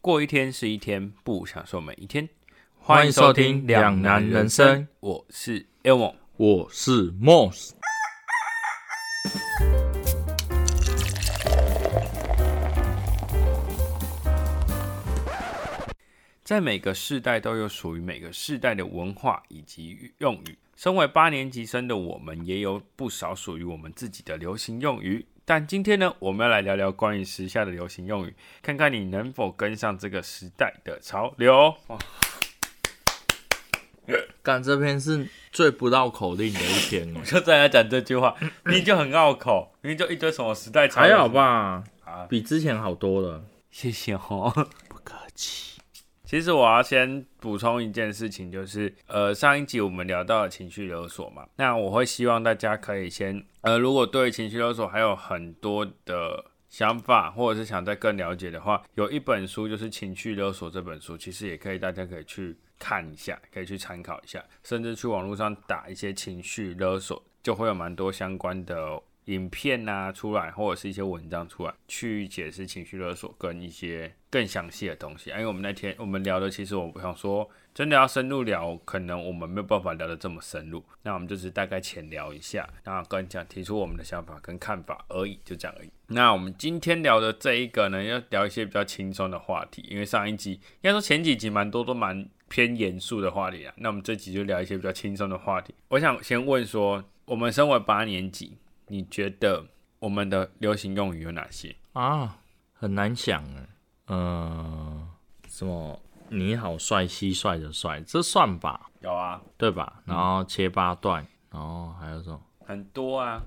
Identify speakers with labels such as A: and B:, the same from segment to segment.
A: 过一天是一天，不享受每一天。
B: 欢迎收听两难人生，
A: 我是 Elmo。
B: 我是 Moss。
A: 在每个世代都有属于每个世代的文化以及用语。身为八年级生的我们，也有不少属于我们自己的流行用语。但今天呢，我们要来聊聊关于时下的流行用语，看看你能否跟上这个时代的潮流。哇，
B: 干这篇是最不绕口令的一篇哦
A: 就再来讲这句 话，你就很拗口，你就一堆什么时代潮
B: 还
A: 流
B: 好？吧
A: 啊，
B: 比之前好多了。
A: 谢谢哦。
B: 不客气。
A: 其实我要先补充一件事情，就是呃，上一集我们聊到了情绪勒索嘛，那我会希望大家可以先呃，如果对情绪勒索还有很多的想法，或者是想再更了解的话，有一本书就是《情绪勒索》这本书，其实也可以大家可以去看一下，可以去参考一下，甚至去网络上打一些情绪勒索，就会有蛮多相关的影片啊出来，或者是一些文章出来，去解释情绪勒索跟一些更详细的东西。因为我们那天我们聊的，其实我想说，真的要深入聊，可能我们没有办法聊得这么深入，那我们就只是大概浅聊一下，那跟讲提出我们的想法跟看法而已，就这样而已。那我们今天聊的这一个呢，要聊一些比较轻松的话题，因为上一集应该说前几集蛮多都蛮偏严肃的话题啊，那我们这集就聊一些比较轻松的话题。我想先问说，我们身为八年级，你觉得我们的流行用语有哪些？
B: 啊，很难想哎。嗯，什么？你好帅，蟋蟀的帅，这算吧，
A: 有啊，
B: 对吧？然后切八段，然后还有什么？
A: 很多啊，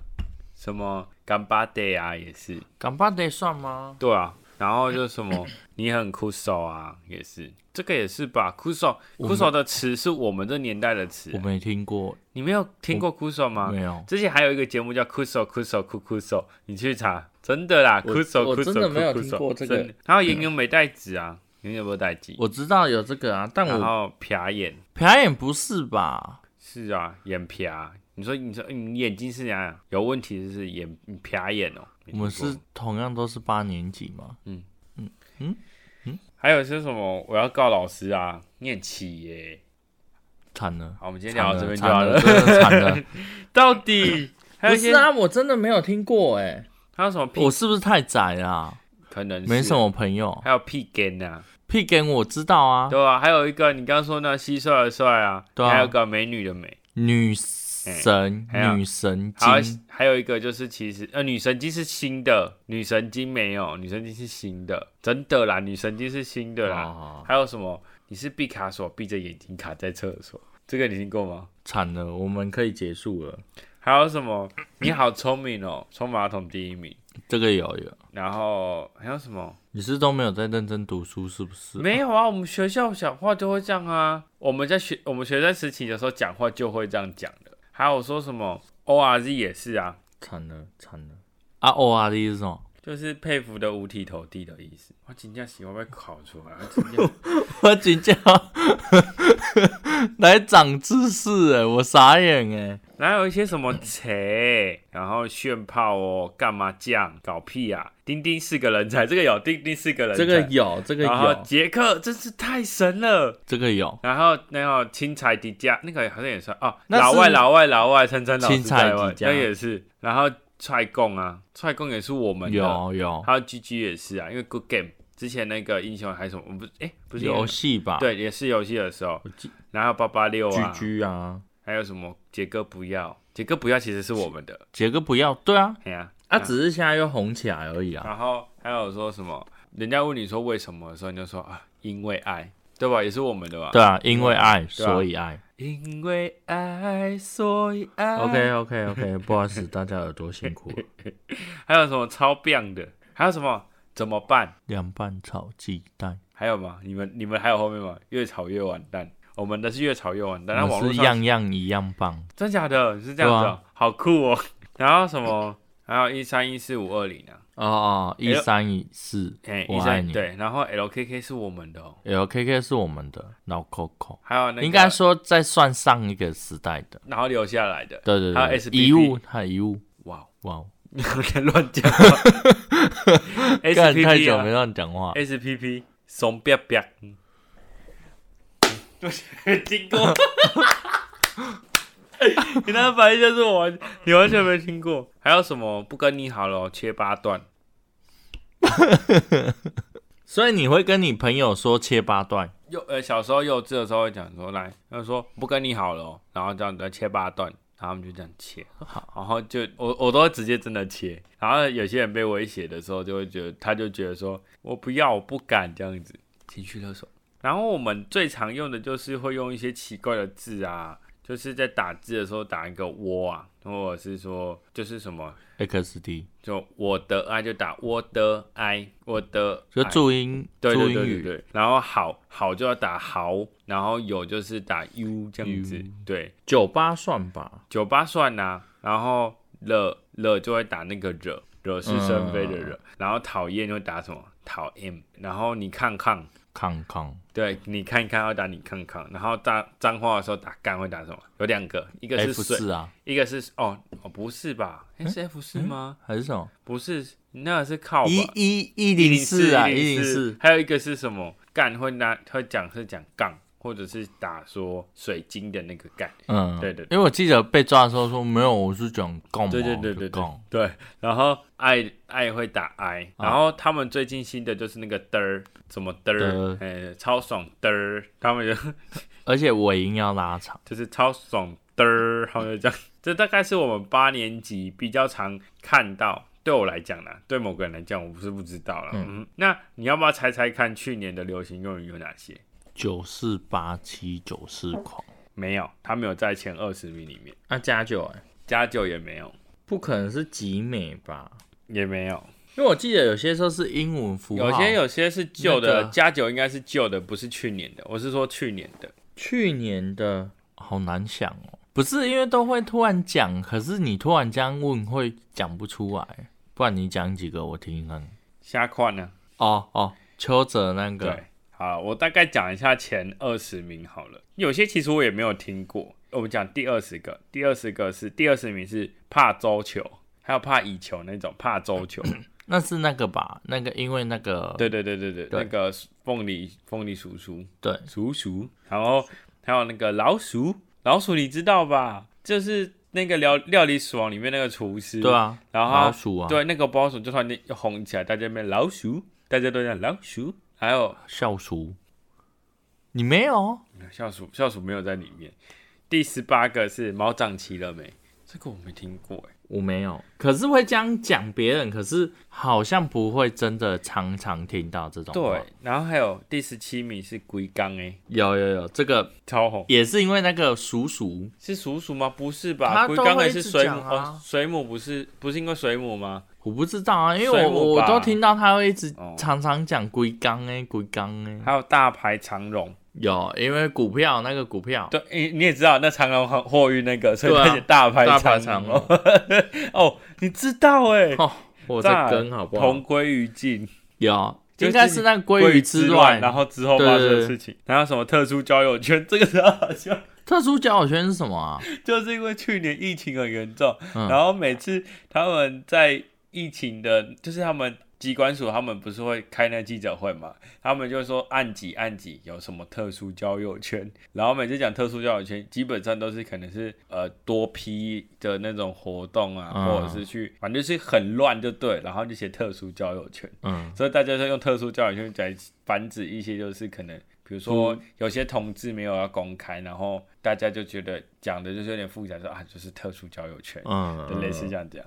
A: 什么干巴 day 啊，也是，
B: 干巴得算吗？
A: 对啊，然后就什么 你很酷手啊，也是，这个也是吧，酷手酷手的词是我们这年代的词
B: 我，没听过，
A: 你没有听过酷手吗？
B: 没有。
A: 之前还有一个节目叫酷手酷手酷酷手，你去查，真的啦，
B: 我
A: 酷手
B: 我
A: 酷手
B: 真的没有
A: 酷酷手
B: 听过这个
A: 真的还有演员没带纸啊，演员有没有带纸？
B: 我知道有这个啊，但
A: 然
B: 我
A: 后瞟眼。
B: 表演不是吧？
A: 是啊，眼皮啊，你说你说你眼睛是怎样有问题，就是眼你皮眼哦。没
B: 我
A: 听
B: 们
A: 过
B: 是同样都是八年级嘛，
A: 还有是什么？我要告老师啊，念起耶。
B: 惨了，
A: 好，我们今
B: 今
A: 天聊到这边就好
B: 了，
A: 了。
B: 真的惨了。
A: 到底还有
B: 不
A: 一些
B: 是啊，我真的没有听过哎、
A: 还有什么屁？
B: 我是不是太宅啦、
A: 可能是
B: 没什。么朋友。
A: 还有屁根啊，
B: 屁给我知道啊，
A: 对啊，还有一个你刚刚说那蟋蟀的帅啊，
B: 对啊
A: 还有一个美女的美，
B: 女神、
A: 哎还有
B: 女神
A: 还有
B: 经，
A: 还有一个就是其实呃女神经是新的，女神经没有，女神经是新的，真的啦，女神经是新的啦。
B: 哦
A: 还有什么？你是毕卡索，闭着眼睛卡在厕所，这个你听过吗？
B: 惨了，我们可以结束了。
A: 还有什么？你好聪明哦，冲马桶第一名。
B: 这个有有，
A: 然后还有什么？
B: 你是都没有在认真读书是不是？
A: 没有啊，我们学校讲话就会这样啊。我们在学我们学生时期的时候讲话就会这样讲的。还有说什么 O R Z 也是啊，
B: 惨了惨了啊！O R D 是什么？
A: 就是佩服的五体投地的意思。我请假喜欢被考出来，我请 假
B: 我请教来长知识哎、我傻眼哎、
A: 哪有一些什么切，然后炫炮哦，干嘛酱，搞屁啊！丁丁是个人才，这个有丁丁是个人才，
B: 这个有，这个
A: 然后
B: 有，
A: 杰克真是太神了，
B: 这个有。
A: 然后那个钦才迪迦那个好像也算哦，
B: 那是
A: 老外老外老外，陈陈老师
B: 钦才
A: 在外
B: 迪迦
A: 那也是，然后踹贡啊，踹贡也是我们的，
B: 有有
A: 还有 GG 也是啊，因为 Good Game 之前那个英雄还是什么，我不哎不是
B: 游戏吧？
A: 对也是游戏的时候
B: 记，
A: 然后八八六
B: ，G
A: 啊，
B: G 啊，
A: 还有什么杰哥不要，杰哥不要其实是我们的，
B: 杰哥不要，对啊，
A: 哎呀、
B: 啊，只是现在又红起来而已啊。
A: 然后还有说什么，人家问你说为什么的时候，你就说啊因为爱，对吧？也是我们的吧？
B: 对啊，因为爱，
A: 对啊
B: 所以爱。
A: 因为爱，所以爱。
B: OK OK OK，不 好意思，大家有多辛苦了。
A: 还有什么超棒的？还有什么怎么办？
B: 凉拌炒鸡蛋，
A: 还有吗？你们你们还有后面吗？越吵越完蛋。我们的是越吵越完蛋，那
B: 我
A: 网络
B: 们是
A: 上
B: 样样一样棒。
A: 真假的是这样子、
B: 对啊
A: 哦，好酷哦。然后什么？还有一三一四五二零啊，
B: 哦哦，一三一四
A: 哎，，
B: 我
A: 一
B: 爱
A: 三
B: 你。哎
A: 对，然后 LKK 是我们的哦，
B: LKK 是我们的老 Coco，
A: 还有那个
B: 应该说再算上一个时代的。
A: 然后留下来的，
B: 对对
A: 还有
B: 对，
A: SBB
B: 遗物，还有遗物，
A: 哇，
B: 哇哦，
A: 有点乱讲话。
B: 干太久
A: SPP
B: 没
A: 啊
B: 乱讲话。
A: ，SPP 怂瘪瘪，嗯对不起，经过。 你那个反应就是我完，你完全没听过。还有什么不跟你好了，切八段？
B: 所以你会跟你朋友说切八段，
A: 幼呃小时候幼稚的时候会讲说来，他就说不跟你好了哦、然后这样子切八段，然后我们就这样切，然后就我我都会直接真的切，然后有些人被威胁的时候就会觉得他就觉得说我不要我不敢这样子情绪勒索，然后我们最常用的就是会用一些奇怪的字啊，就是在打字的时候打一个窝啊，或者是说就是什么
B: XD，
A: 就我的爱就打我的爱我的
B: 就
A: 爱
B: 注音
A: 对
B: 注
A: 对
B: 音
A: 对对
B: 语，
A: 对，然后好好就要打好，然后有就是打 u 这样子
B: U，
A: 对，
B: 酒吧算吧，
A: 酒吧算啦、然后惹惹就会打那个惹，惹是生非的惹，
B: 嗯
A: 然后讨厌就打什么讨厌，然后你看看，
B: 康康
A: 对你看一看要打你看看，然后打脏话的时候打干会打什么？有两个，一个是
B: F
A: 水，
B: 四啊，
A: 一个是哦哦不是吧？诶是 F 四吗？
B: 还是什么
A: 不是，那个是靠吧？
B: 一一一零四啊，
A: 一
B: 一零四，
A: 还有一个是什么干会拿会讲是讲杠，或者是打说水晶的那个干，
B: 嗯，
A: 对对对
B: 因为我记得被抓的时候说没有，我是讲杠嘛，
A: 对对对对对
B: 就嗯哦杠
A: 对，然后爱爱会打 I，
B: 啊
A: 然后他们最近新的就是那个嘚儿，怎么嘚儿，哎、超爽嘚儿，他们就
B: 而且尾音要拉长，
A: 就是超爽嘚儿，他们就这样，这大概是我们八年级比较常看到。对我来讲啦，对某个人来讲，我不是不知道啦。
B: 嗯
A: 嗯，那你要不要猜猜看去年的流行用语有哪些？
B: 九四八七九四狂，
A: 没有，他没有在前二十名里面，
B: 那加九哎，
A: 加九也没有，
B: 不可能是集美吧？
A: 也没有。
B: 因为我记得有些时候是英文符号，
A: 有些有些是旧
B: 那
A: 的，
B: 个
A: 加九应该是旧的，不是去年的。我是说去年的，
B: 去年的好难想哦，不是因为都会突然讲，可是你突然这样问会讲不出来，不然你讲几个我听听看。
A: 瞎看呢、
B: 哦哦，邱泽那个
A: 对，好，我大概讲一下前二十名好了。有些其实我也没有听过。我们讲第二十个，第二十个是第二十名是怕周球，还有怕乙球那种怕周 球。
B: 那是那个吧？那个因为那个
A: 对对对对对，
B: 对
A: 那个凤梨凤梨叔叔，
B: 对
A: 鼠鼠，然后还有那个老鼠，老鼠你知道吧？就是那个料料理鼠王里面那个厨师，
B: 对，啊，
A: 然后他
B: 老鼠啊，
A: 对那个包鼠就突然间又红起来，大家面老鼠，大家都讲老鼠，还有
B: 校鼠，你没有？
A: 校鼠，校鼠没有在里面。第十八个是猫长齐了没？这个我没听过哎、
B: 我没有，可是会这样讲别人，可是好像不会真的常常听到这种话。
A: 对，然后还有第十七名是龟缸哎，
B: 有有有，这个
A: 超红，
B: 也是因为那个鼠鼠，
A: 是鼠鼠吗？不是吧？
B: 他
A: 龟
B: 都
A: 缸
B: 会
A: 也
B: 一
A: 是
B: 直
A: 水母、
B: 讲啊
A: 哦，水母不是不是因为水母吗？
B: 我不知道啊，因为
A: 水
B: 我
A: 母
B: 我
A: 吧
B: 都听到他会一直
A: 哦
B: 常常讲龟缸哎，龟缸哎，
A: 还有大牌长荣。
B: 有因为股票那个股票，
A: 对，你你也知道，那长荣很货运那个，所以
B: 对啊
A: 他写大牌
B: 大牌
A: 长
B: 长
A: 荣。 哦，你知道哎，
B: 哦，我
A: 炸 了
B: 在跟好不好
A: 同？归于尽，
B: 有，
A: 就是
B: 应该是那个鲑
A: 归
B: 鱼
A: 于
B: 之
A: 乱，
B: 乱，啊
A: 然后之后发生的事情，然后什么特殊交友圈，这个很好笑，
B: 特殊交友圈是什 么啊？
A: 就是因为去年疫情很严重，
B: 嗯
A: 然后每次他们在疫情的，就是他们。机关署他们不是会开那记者会嘛？他们就说按几按几有什么特殊交友圈，然后每次讲特殊交友圈，基本上都是可能是呃多批的那种活动啊，
B: 嗯
A: 或者是去反正就是很乱就对，然后就写特殊交友圈。
B: 嗯，
A: 所以大家就用特殊教育去来防止一些就是可能，比如
B: 嗯
A: 说有些同志没有要公开，然后大家就觉得讲的就是有点复杂，说啊就是特殊交友圈，
B: 嗯，
A: 就类似这样讲。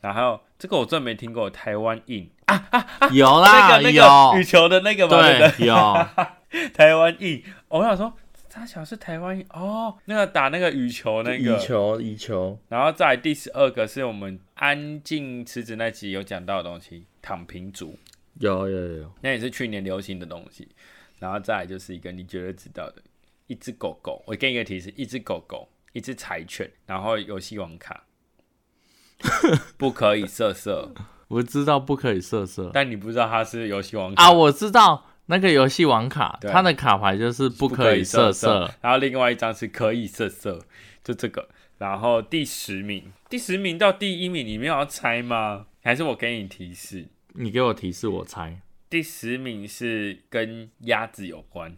A: 然后这个我真的没听过，台湾印
B: 嗯有啦，
A: 那个那个羽
B: 有，
A: 球的那个嘛，对不
B: 对，有，
A: 对？台湾印，我想说他小是台湾印哦，那个打那个羽球 那个，
B: 球，羽球，
A: 然后再来第十二个是我们安静辞职那集有讲到的东西，躺平族。
B: 有有有，
A: 那也是去年流行的东西。然后再来就是一个你绝对知道的，一只狗狗。我给你一个提示：一只狗狗，一只柴犬，然后游戏王卡，不可以色色。
B: 我知道不可以色色
A: 但你不知道它是游戏王卡
B: 啊，我知道那个游戏王卡，
A: 对
B: 它的卡牌就是不
A: 不
B: 可
A: 可
B: 以
A: 以
B: 色
A: 色
B: 色，
A: 然后另外一张是可以色色，就这个。然后第十名，第十名到第一名，你们有要猜吗？还是我给你提示？
B: 你给我提示，我猜。
A: 第十名是跟鸭子有关，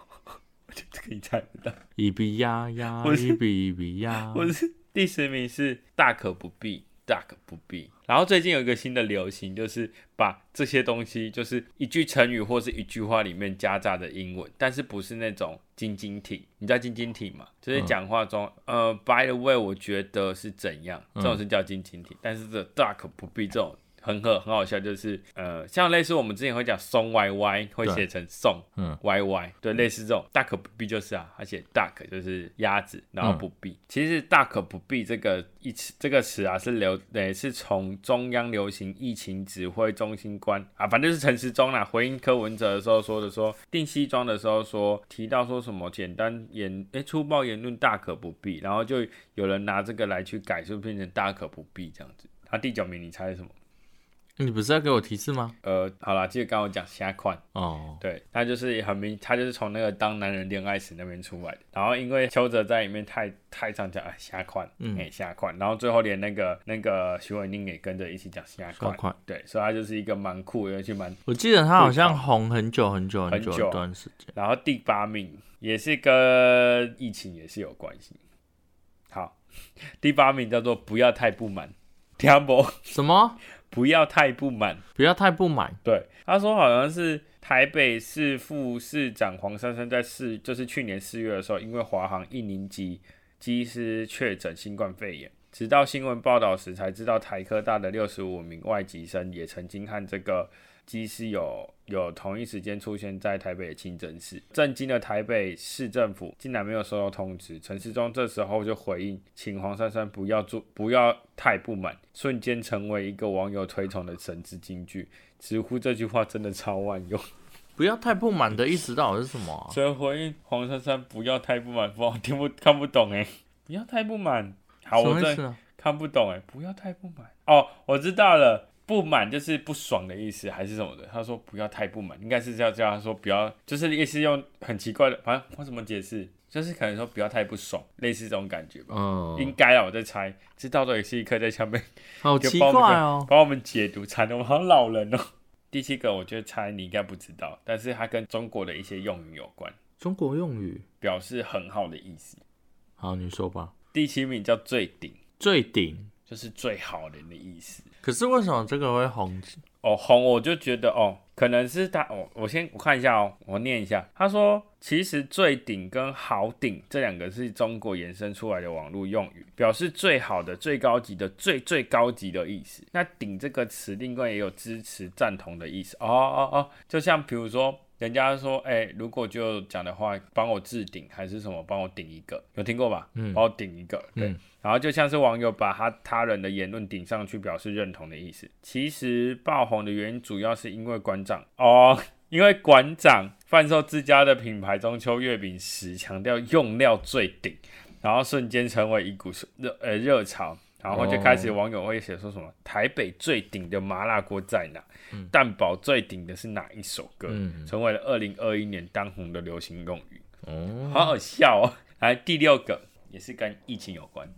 A: 我觉得这个你猜不到。
B: 一比呀呀，
A: 我是
B: 一比一比 呀，
A: 我是第十名是大可不必，大可不必。然后最近有一个新的流行，就是把这些东西，就是一句成语或是一句话里面夹杂的英文，但是不是那种晶晶体？你知道晶晶体吗？就是讲话中，呃，by the way，我觉得是怎样，这种是叫晶晶体。但是这大可不必这种。很很很好笑，就是呃，像类似我们之前会讲松歪歪，会
B: 对
A: 写成送，
B: 嗯
A: 歪歪，对，类似这种大可不必就是啊，而且大可就是鸭子，然后不必。其实大可不必这个一词这个词啊，是流呃是从中央流行疫情指挥中心官啊，反正就是陈时中啦，回应柯文哲的时候说的说，定西装的时候说提到说什么简单言诶粗暴言论大可不必，然后就有人拿这个来去改，就变成大可不必这样子。啊，第九名你猜是什么？
B: 你不是要给我提示吗？
A: 呃，好啦，记得刚刚我讲虾款。
B: 哦，
A: 对，他就是很明，他就是从那个《当男人恋爱时》那边出来的。然后因为邱泽在里面太太常讲哎瞎款，
B: 嗯
A: 哎瞎款，然后最后连那个那个徐伟宁也跟着一起讲瞎
B: 快
A: 款。
B: 快！
A: 对，所以他就是一个蛮酷的，而且蛮。
B: 我记得他好像红很久很久很久
A: 很久
B: 一段时间。
A: 然后第八名也是跟疫情也是有关系。好， 第八名叫做不要太不满，听不？
B: 什么？
A: 不要太不满。
B: 不要太不满。
A: 对，他说好像是台北市副市长黄珊珊在四，就是去年四月的时候，因为华航一零级机师确诊新冠肺炎，直到新闻报道时才知道台科大的六十五名外籍生也曾经和这个机师有有同一时间出现在台北的清真寺，震惊了台北市政府，竟然没有收到通知。陈时中这时候就回应，请黄珊珊不要做，不要太不满，瞬间成为一个网友推崇的神之金句，直呼这句话真的超万 用。
B: 不要太不满的意思到底是什么啊、
A: 所以回应黄珊珊不要太不满，不然我听不看不懂哎，不要太不满。好，
B: 什
A: 我
B: 么意
A: 真
B: 思啊？
A: 看不懂哎，不要太不满哦，我知道了，不满就是不爽的意思还是什么的。他说不要太不满，应该是要叫他说不要，就是类似用很奇怪的，反正我怎么解释，就是可能说不要太不爽，类似这种感觉吧。应
B: 嗯，
A: 该啊，我在猜，这到底也是一颗在下面
B: 好
A: 就
B: 奇
A: 帮我
B: 怪
A: 们
B: 哦。
A: 帮我们解读，惨了，我们好老人哦。第七个，我觉得猜你应该不知道，但是它跟中国的一些用语有关，
B: 中国用语。
A: 表示很好的意思。
B: 好，你说吧。
A: 第七名叫最顶，
B: 最顶。
A: 就是最好人的意思。
B: 可是为什么这个会红？
A: 哦，红我就觉得哦，可能是他哦，我先我看一下哦，我念一下，他说其实最顶跟好顶这两个是中国延伸出来的网络用语，表示最好的、最高级的、最最高级的意思。那顶这个词另外也有支持、赞同的意思。哦哦哦，就像比如说。人家说，哎、如果就讲的话，帮我置顶还是什么，帮我顶一个，有听过吧？
B: 嗯
A: 帮我顶一个，对，
B: 嗯
A: 然后就像是网友把他他人的言论顶上去表示认同的意思。其实爆红的原因主要是因为馆长 哦，因为馆长贩售自家的品牌中秋月饼时强调用料最顶，然后瞬间成为一股热呃热潮。然后就开始网友会写说什么、台北最顶的麻辣锅在哪，蛋堡最顶的是哪一首歌，
B: 嗯
A: 成为了二零二一年当红的流行用语。
B: 哦，
A: 好好笑哦。来第六个也是跟疫情有关，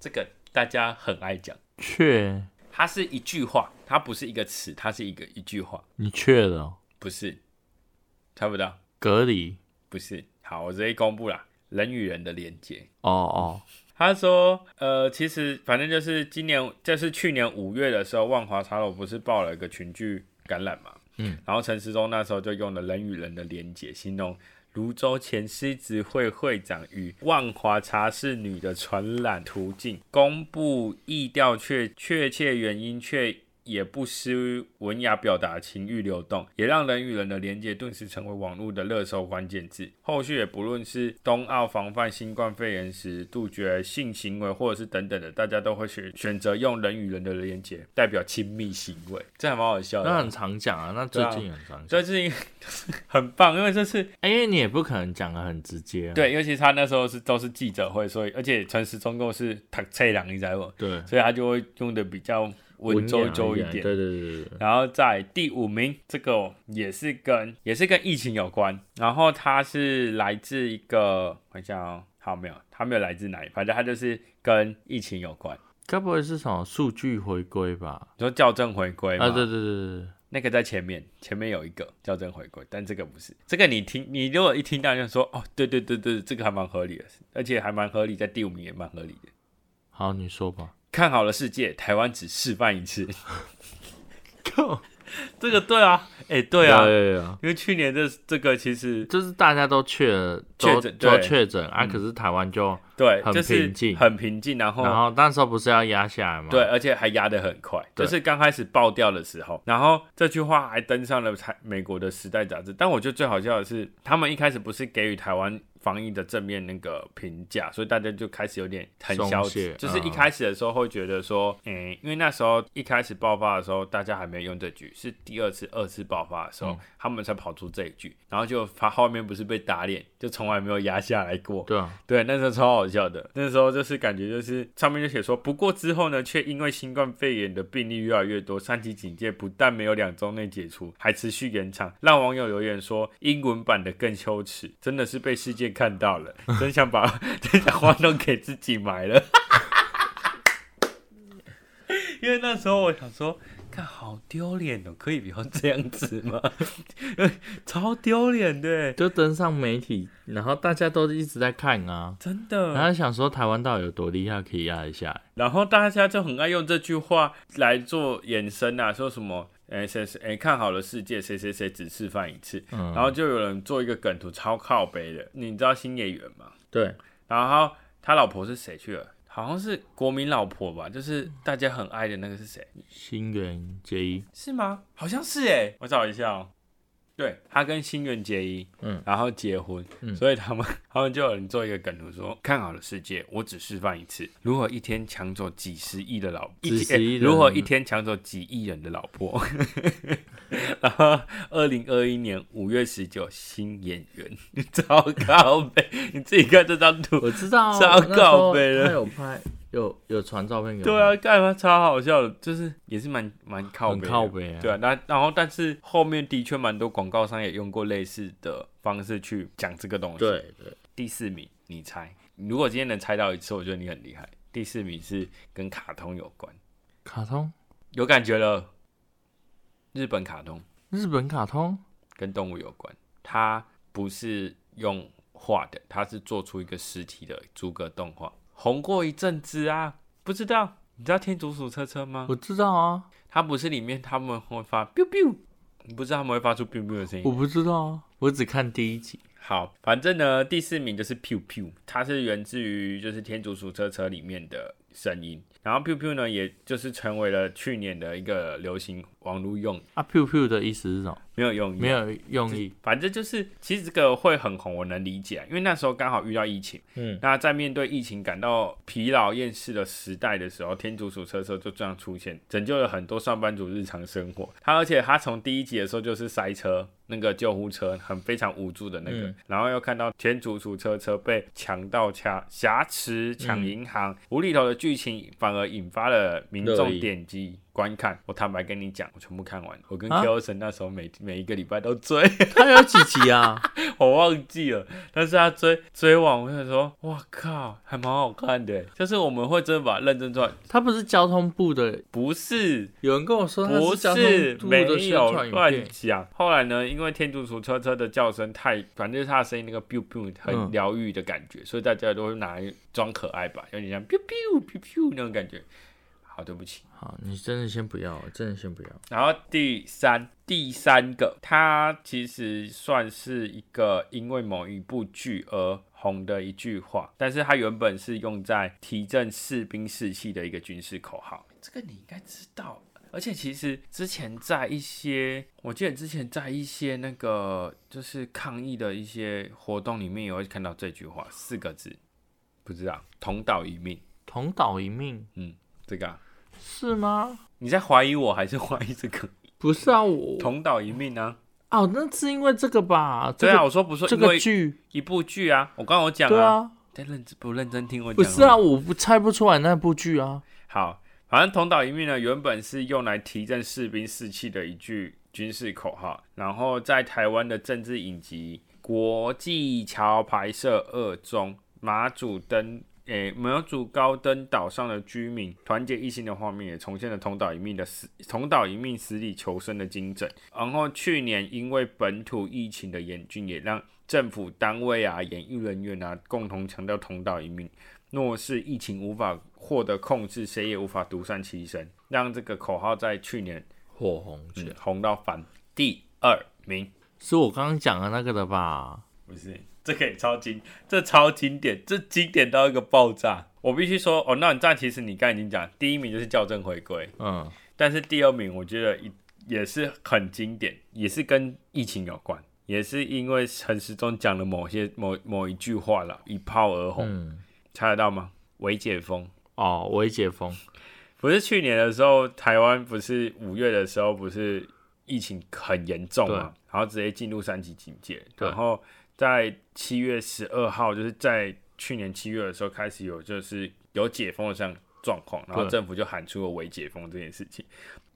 A: 这个大家很爱讲，
B: 确，
A: 它是一句话，它不是一个词，它是一个一句话，
B: 你确了哦。
A: 不是，猜不到，
B: 隔离。
A: 不是。好，我直接公布啦，人与人的连接。
B: 哦哦，
A: 他说，呃，其实反正就是今年，就是去年五月的时候，万华茶楼不是爆了一个群聚感染嘛？
B: 嗯，
A: 然后陈时中那时候就用了人与人的连结，形容泸州前狮子会会长与万华茶室女的传染途径，公布意调确确切原因，却也不失文雅表达情欲流动，也让人与人的连接顿时成为网络的热搜关键字。后续也不论是冬奥防范新冠肺炎时杜绝性行为，或者是等等的，大家都会选选择用人与人的连接代表亲密行为，这还蛮好笑的
B: 那
A: 啊。
B: 很常讲啊，那最近很常讲。
A: 这是一个 很棒，因为这是
B: 哎、因为你也不可能讲的很直接、啊。
A: 对，尤其是他那时候是都是记者会，所以而且陈时中够是他菜郎，你知道不？
B: 对，
A: 所以他就会用的比较文绉绉一
B: 文雅
A: 点。
B: 对对对对对。
A: 然后在第五名，这个也是跟也是跟疫情有关，然后它是来自一个，我想哦，好没有，它没有来自哪里，反正它就是跟疫情有关。
B: 该不会是什么数据回归吧？
A: 你说校正回归嘛
B: 啊，对对对对对，
A: 那个在前面，前面有一个校正回归，但这个不是。这个你听，你如果一听到就说哦，对对对对，这个还蛮合理的，而且还蛮合理，在第五名也蛮合理的。
B: 好，你说吧。
A: 看好了世界，台湾只示范一 次。
B: 这个对啊，哎、对啊，
A: 对啊，因为去年这这个其实
B: 就是大家都确
A: 确
B: 都
A: 诊
B: 都
A: 对
B: 确诊啊，可是台湾就，
A: 对，
B: 很
A: 就是
B: 平静
A: 很平静，然后
B: 然后那时候不是要压下来吗？
A: 嗯对，，而且还压得很快，就
B: 对
A: 是刚开始爆掉的时候，然后这句话还登上了台美国的《时代》杂志。但我觉得最好笑的是，他们一开始不是给予台湾防疫的正面那个评价，所以大家就开始有点很消极
B: 松懈，
A: 就是一开始的时候会觉得说，嗯，因为那时候一开始爆发的时候，大家还没有用这句，是第二次二次爆发的时候，
B: 嗯
A: 他们才跑出这一句，然后就发后面不是被打脸，就从来没有压下来过，
B: 对啊，
A: 对，那时候超好笑的。那时候就是感觉就是上面就写说，不过之后呢，却因为新冠肺炎的病例越来越多，三级警戒不但没有两周内解除，还持续延长，让网友留言说英文版的更羞耻，真的是被世界看到了，真想把 真想花都给自己买了。 因为那时候我想说，看好丢脸哦，可以不要这样子吗？ 超丢脸的，欸
B: 就登上媒体，然后大家都一直在看啊，
A: 真的。
B: 然后想说台湾到底有多厉害，可以压一下来。
A: 然后大家就很爱用这句话来做衍生啊，说什么哎谁谁哎看好了世界谁谁谁只示范一次，
B: 嗯
A: 然后就有人做一个梗图超靠背的，你知道星野源吗？
B: 对，
A: 然后他老婆是谁去了？好像是国民老婆吧，就是大家很爱的那个是谁？
B: 新垣 结衣，
A: 是吗？好像是哎、我找一下哦、对他跟新垣结衣，
B: 嗯，
A: 然后结婚，
B: 嗯
A: 所以他们 他们就有人做一个梗图说，看好了世界，我只示范一次，如何一天抢走几十亿的老，一
B: 几
A: 天
B: 十亿
A: 欸
B: 人
A: 如何一天抢走几亿人的老婆。 然后，二零二一年五月十九，新演员， 糟糕呗！你自己看这张图，
B: 我知道啊，
A: 超
B: 我那时候
A: 靠北了
B: 他有拍，有有传照片给我，
A: 对啊，，干嘛超好笑的，就是也是蛮蛮靠
B: 很
A: 北的
B: 靠北啊
A: 对啊，那然后但是后面的确蛮多广告商也用过类似的方式去讲这个东西。，
B: 对对，
A: 第四名，你猜，如果今天能猜到一次，我觉得你很厉害。第四名是跟卡通有关，
B: 卡通，
A: 有感觉了。日本卡通
B: 日本卡通，
A: 跟动物有关，它不是用画的，它是做出一个实体的逐格动画，红过一阵子啊。不知道，你知道天竺鼠车车吗？
B: 我知道啊，
A: 它不是里面他们会发 biu biu，你不知道他们会发出 biu biu 的声
B: 我
A: 音。
B: 不知道啊，我只看第一集，
A: 好，反正呢，第四名就是 biu biu，它是源自于就是天竺鼠车车里面的声音。然后 biu biu 呢，也就是成为了去年的一个流行网络用语，
B: 啊，pew pew 的意思是什么？
A: 没有用语
B: 没。有用意，
A: 反正就是，其实这个会很红，我能理解，啊因为那时候刚好遇到疫情，
B: 嗯，
A: 那在面对疫情感到疲劳厌世的时代的时候，天竺鼠车车就这样出现，拯救了很多上班族日常生活。他而且他从第一集的时候就是塞车，那个救护车很非常无助的那个，
B: 嗯
A: 然后又看到天竺鼠车车被强盗掐挟持抢银行，
B: 嗯
A: 无厘头的剧情反而引发了民
B: 热
A: 众
B: 议
A: 点击。观看，我坦白跟你讲，我全部看完了。我跟
B: 啊
A: Q 神那时候每、每一个礼拜都追，
B: 它有几集啊？
A: 我忘记了，但是他追追完，我想说，哇靠，还蛮好看的。就是我们会真的把它认真做完，
B: 它不是交通部的，
A: 不是
B: 有人跟我说它
A: 不
B: 交
A: 是
B: 通部
A: 没
B: 的宣
A: 有
B: 传影
A: 乱
B: 片，
A: 讲。后来呢，因为天竺鼠车车的叫声太，反正就是它的声音那个 biu biu 很
B: 嗯
A: 疗愈的感觉，所以大家都会拿来装可爱吧，有点像 biu biu biu biu 那种感觉。好，对不起。
B: 好，你真的先不要，真的先不要，
A: 然后第三第三个，它其实算是一个因为某一部剧而红的一句话，但是它原本是用在提振士兵士气的一个军事口号。这个你应该知道。而且其实之前在一些，我记得之前在一些那个就是抗议的一些活动里面也会看到这句话，四个字，不知道同岛一命，
B: 同岛一命
A: 这个啊、
B: 是吗？
A: 你在怀疑我还是怀疑这个
B: 不是啊，我
A: 同岛一命呢、
B: 哦，那是因为这个吧？这
A: 对
B: 个、
A: 啊，我说不是
B: 这
A: 因为
B: 个剧，
A: 一部剧啊，我刚刚有讲
B: 对
A: 啊，
B: 啊，
A: 在认真不认真听我讲？
B: 不是啊，，我不猜不出来那部剧啊。
A: 好，反正同岛一命呢，原本是用来提振士兵士气的一句军事口号，然后在台湾的政治影集《国际桥牌社二》中，马祖登诶、苗族高登岛上的居民团结一心的画面，也重现了同岛一命的死同岛一命死里求生的精神。然后去年因为本土疫情的严峻，也让政府单位啊、演艺人员啊共同强调同岛一命。若是疫情无法获得控制，谁也无法独善其身，让这个口号在去年、
B: 火红
A: 嗯
B: 卷，
A: 红到翻第二名。
B: 是我刚刚讲的那个的吧？
A: 不是，这个也超经，这超经典，这经典到一个爆炸。我必须说，哦，那你这样其实你刚才已经讲，第一名就是校正回归，
B: 嗯，
A: 但是第二名我觉得一也是很经典，也是跟疫情有关，也是因为陈时中讲了某些某某一句话了，一炮而红，
B: 嗯，
A: 猜得到吗？微解封。
B: 哦，微解封，
A: 嗯不是去年的时候，台湾不是五月的时候，不是疫情很严重嘛，然后直接进入三级警戒，
B: 对
A: 然后在七月十二号，就是在去年七月的时候开始有就是有解封的这样状况，然后
B: 对
A: 政府就喊出了微解封这件事情，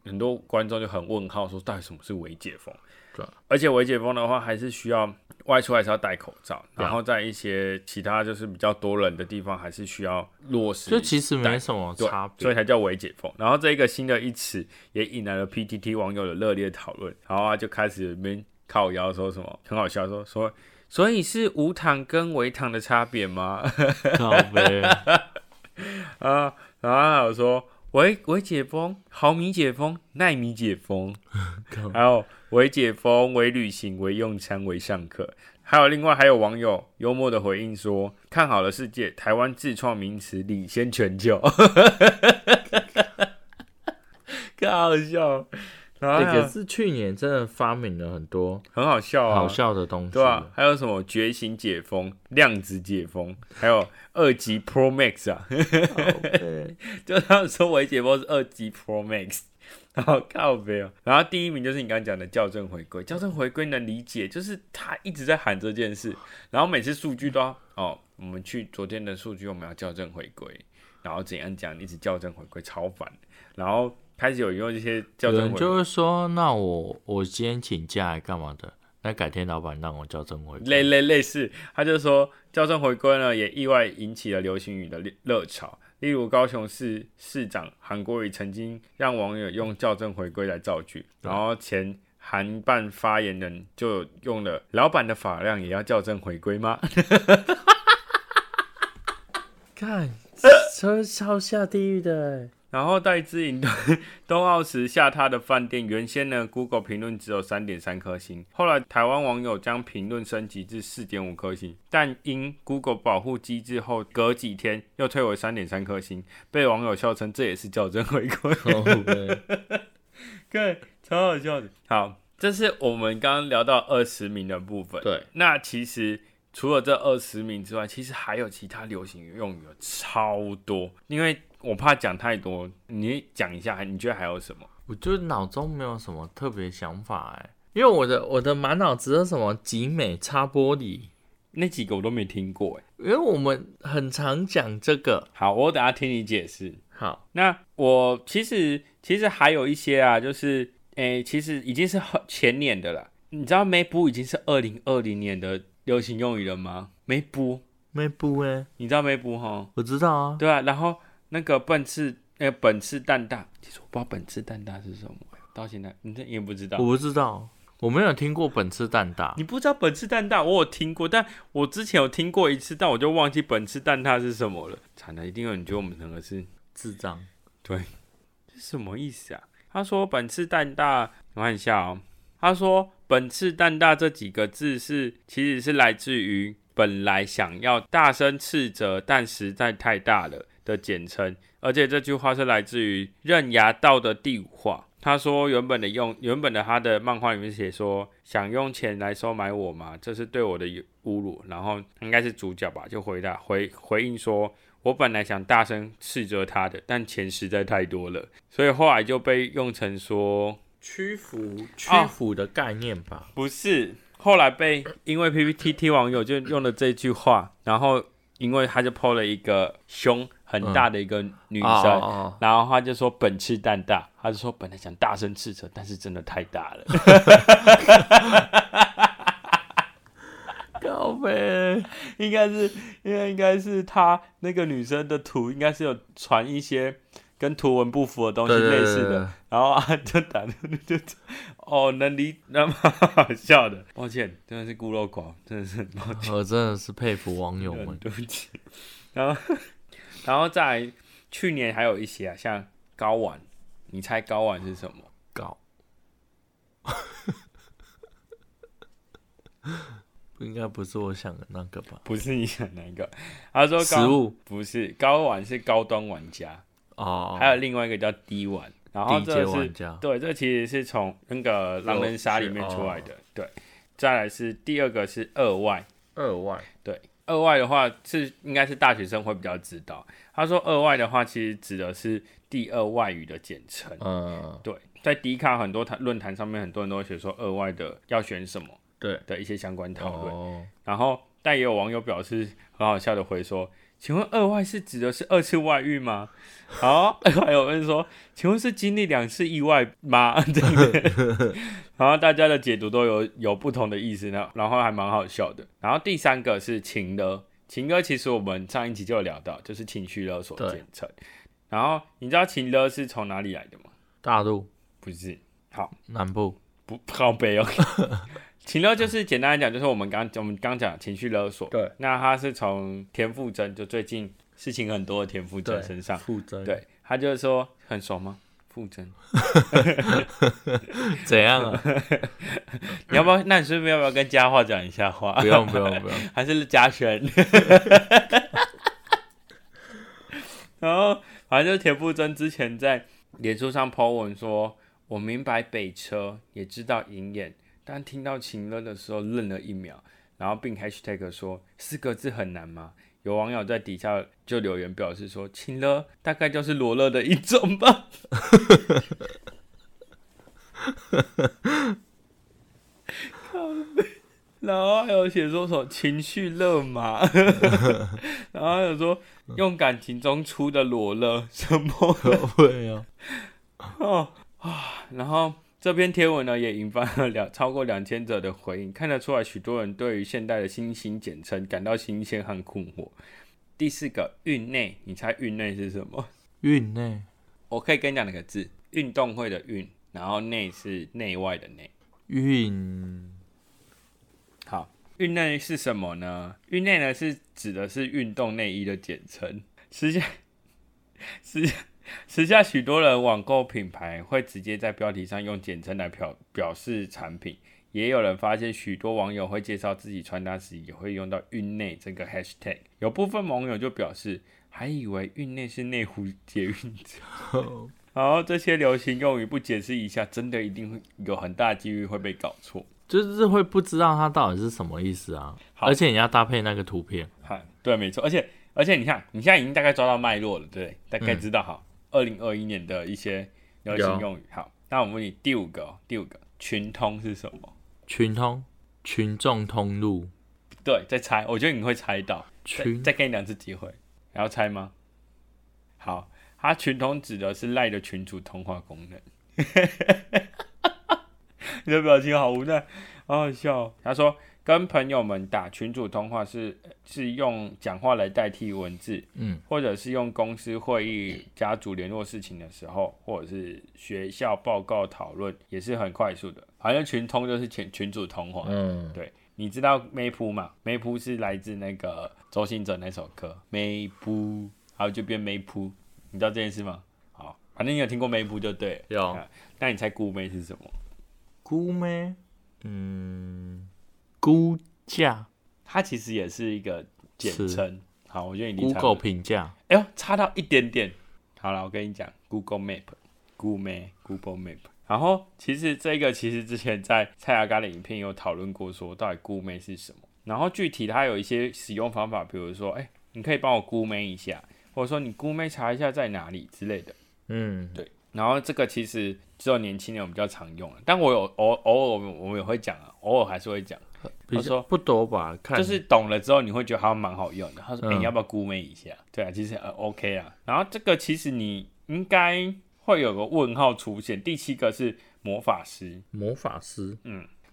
A: 很多观众就很问号说，到底什么是微解封？
B: 对，
A: 而且微解封的话，还是需要外出还是要戴口罩，
B: 对
A: 然后在一些其他就是比较多人的地方，还是需要落实。
B: 就其实没什么
A: 对
B: 差，
A: 所
B: 别
A: 以。才叫伪解封。然后这一个新的一词也引来了 PTT 网友的热烈讨论，然后他就开始有边靠腰说什么很好笑说说，所以是无糖跟微糖的差别吗？
B: 靠背，
A: 啊，然后还有说微微解封、毫米解封、纳米解 封，还有微解封、微旅行、微用餐、微上课，还有另外还有网友幽默的回应说，看好了世界，台湾自创名词领先全球， 更好笑，然后
B: 欸
A: 还有
B: 可是去年真的发明了很多
A: 很好笑啊，
B: 好笑的东西。
A: 对啊，还有什么觉醒解封、量子解封，还有二级 Pro Max 啊，
B: 哦
A: 就他们说微解封是二级 Pro Max，然后靠背哦，然后第一名就是你刚刚讲的校正回归，校正回归能理解，就是他一直在喊这件事，然后每次数据都要哦，我们去昨天的数据我们要校正回归，然后怎样讲一直校正回归超烦，然后开始有用这些校
B: 有
A: 正
B: 人
A: 回
B: 就
A: 归。
B: 会说，那我我今天请假来干嘛的？那改天老板让我叫正回归。
A: 类类类似，他就说校正回归呢，也意外引起了流行语的热热潮。例如，高雄市市长韩国瑜曾经让网友用校正回归来造句，然后前韩办发言人就用了“老板的发量也要校正回归吗
B: 看，车超下地狱的、”？
A: 然后戴资颖 冬奥时下榻的饭店，原先呢 Google 评论只有三点三颗星，后来台湾网友将评论升级至四点五颗星，但因 Google 保护机制后，隔几天又退回三点三颗星，被网友笑称这也是校正回 归。
B: 靠背
A: 对，超好笑的。好，这是我们刚刚聊到二十名的部分。
B: 对，
A: 那其实除了这二十名之外，其实还有其他流行用语有超多，因为我怕讲太多，你讲一下，你觉得还有什么？
B: 我就脑中没有什么特别想法哎、因为我的我的满脑子都是什么集美擦玻璃，
A: 那几个我都没听过哎。
B: 因为我们很常讲这个。
A: 好，我等下听你解释。
B: 好，
A: 那我其实其实还有一些啊，就是诶、其实已经是很前年的了。你知道梅布已经是二零二零年的流行用语了吗？梅布，
B: 没不哎、
A: 你知道梅布哈？
B: 我知道啊，
A: 对啊，然后那个本次呃本次蛋大，其实我不知道本次蛋大是什么，到现在你这也不知道
B: 我。不知道，我没有听过本次蛋大。
A: 你不知道本次蛋大，我有听过，但我之前有听过一次，但我就忘记本次蛋大是什么了。惨了，一定有人觉得我们两个是
B: 智障，
A: 这什么意思啊？他说本次蛋大，我看一下哦。他说本次蛋大这几个字是其实是来自于本来想要大声斥责，但实在太大了的简称，而且这句话是来自于《刃牙道》的第五话。他说原本的用原本的他的漫画里面写说想用钱来收买我吗？这是对我的侮辱。然后应该是主角吧，就回答回回应说我本来想大声斥责他的，但钱实在太多了，所以后来就被用成说
B: 屈服屈
A: 哦
B: 服的概念吧？
A: 不是。后来被因为 PPTT 网友就用了这句话，然后因为他就 PO 了一个胸很大的一个女生，
B: 哦哦
A: 然后他就说本次蛋大，他就说本来想大声斥责，但是真的太大了。
B: 哦 靠呗，应该是，因为应该是她那个女生的图，应该是有传一些跟图文不符的东西
A: 对对对
B: 哦类似
A: 对对
B: 的
A: 对，
B: 然后啊就 打就就哦，能理那蛮好笑的。抱歉，真的是孤陋寡闻，真的是很抱歉。
C: 我真的是佩服网友们。
A: 对不起。然后， 然后再来去年还有一些啊，像睾丸，你猜睾丸是什么？
C: 搞，
B: 应该不是我想的那个吧？
A: 不是你想哪一个？他说
B: 食
A: 高
B: 物
A: 不是睾丸是高端玩家，
B: 哦，
A: 还有另外一个叫低丸，然后
B: 低阶
A: 这
B: 玩
A: 是
B: 家
A: 对，这其实是从那个狼人杀里面出来
B: 哦
A: 的。对，再来是第二个是二外，
B: 二万，
A: 对，二外的话是应该是大学生会比较知道。他说二外的话，其实指的是第二外语的简称。
B: 嗯，
A: 对，在迪卡很多谈论坛上面，很多人都会写说二外的要选什么
B: 对，
A: 的一些相关讨论。
B: 哦，
A: 然后，但也有网友表示很好笑的回说：“请问二外是指的是二次外遇吗？” 然后还有人说：“请问是经历两次意外吗？” 对不对？然后大家的解读都有有不同的意思呢，然后还蛮好笑的。然后第三个是情勒，情勒其实我们上一集就有聊到，就是情绪勒索
B: 对
A: 简称。然后你知道情勒是从哪里来的吗？
B: 大陆
A: 不是，
B: 南部
A: 不靠背哦。 情勒就是简单来讲，就是我们刚我们刚讲情绪勒索。
B: 对，
A: 那他是从田馥甄，就最近事情很多的田馥甄身上，
B: 负责
A: 对他就是说很熟吗？馥甄，
B: 怎样啊？
A: 你要不要？那你顺便要不要跟佳话讲一下话
B: 不？用不用不用，
A: 还是嘉轩？ 然后反正就是田馥甄之前在脸书上 po 文说：“我明白北车，也知道银眼，但听到情乐的时候愣了一秒，然后并 hashtag 说四个字很难吗？”有网友在底下就留言表示说：“情乐大概就是罗勒的一种吧。靠北”然后还有写说什么情绪勒马， 然后还有说用感情中出的裸勒什么
B: 对啊，
A: 哦啊，然后这篇贴文呢也引发了两超过两千者的回应，看得出来许多人对于现代的新型简称感到新鲜和困惑。第四个运内，你猜运内是什么？
B: 运内
A: 我可以跟你讲两个字：运动会的运，然后内是内外的内。
B: 运
A: 好，运内是什么呢？运内呢是指的是运动内衣的简称。时下， 时下，时下许多人网购品牌会直接在标题上用简称来表表示产品，也有人发现许多网友会介绍自己穿搭时也会用到运内这个 hashtag。有部分网友就表示，还以为运内是内湖捷运站。然后这些流行用语不解释一下，真的一定会有很大几率会被搞错。
B: 就是会不知道它到底是什么意思啊，
A: 好
B: 而且你要搭配那个图片，
A: 哈，对，没错，而且而且你看，你现在已经大概抓到脉络了，对不对，大概知道好二零二一年的一些流行
B: 有
A: 用语。好，那我问你第五个哦，第五个群通是什么？
B: 群通群众通路
A: 对，再猜，我觉得你会猜到，再
B: 群
A: 再给你两次机会，你要猜吗？好，它群通指的是赖的群主通话功能。 你的表情好无奈，好好笑哦、他说，跟朋友们打群主通话是呃是用讲话来代替文字，
B: 嗯，
A: 或者是用公司会议、家族联络事情的时候，或者是学校报告讨论，也是很快速的。反正群通就是群群主通话，
B: 嗯，
A: 对，你知道 Maypu 嘛？Maypu 是来自那个周兴哲那首歌 Maypu，还有就变 Maypu，你知道这件事吗？好，反正你有听过 Maypu 就对了。
B: 有
A: 啊那你猜姑妹是什么？
B: 估咩？嗯，估价
A: 它其实也是一个简
B: 是
A: 称。好，我觉得你一定猜不
B: Google
A: 到。
B: 评价
A: 哎呦，差到一点点。好了，我跟你讲，Google Map、Google Map、Google Map。然后其实这个其实之前在蔡雅刚的影片有讨论过，说到底 Google Map 是什么。然后具体它有一些使用方法，比如说，哎，你可以帮我 Google Map 一下，或者说你 Google Map 查一下在哪里之类的。
B: 嗯，
A: 对，然后这个其实只有年轻人比较常用了，但我有偶偶尔我们也会讲啊，偶尔还是会讲，
B: 比
A: 他说
B: 较不多吧，看
A: 就是懂了之后你会觉得它蛮好用的。他说：“哎、
B: 嗯
A: 你要不要估妹一下？”对啊，其实呃 OK 啊。然后这个其实你应该会有个问号出现。第七个是魔法师，
B: 魔法师，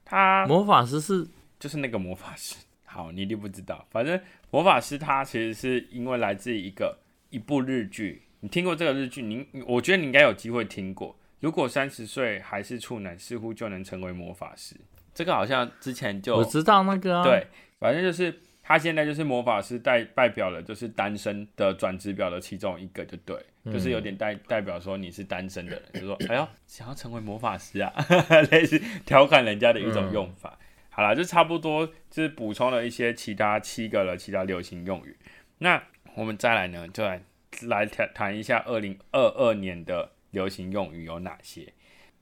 A: 他
B: 魔法师是
A: 就是那个魔法师，好，你一定不知道。反正魔法师他其实是因为来自于一个一部日剧，你听过这个日剧？你你我觉得你应该有机会听过。如果三十岁还是处男，似乎就能成为魔法师。这个好像之前就
B: 我知道那个啊，
A: 对，反正就是他现在就是魔法师代代表了，就是单身的转职表的其中一个，就对，就是有点代代表说你是单身的人，就说哎呦想要成为魔法师啊， 类似调侃人家的一种用法。好啦，就差不多就是补充了一些其他七个了，其他流行用语。那我们再来呢，就来来谈谈一下二零二二年的流行用语有哪些。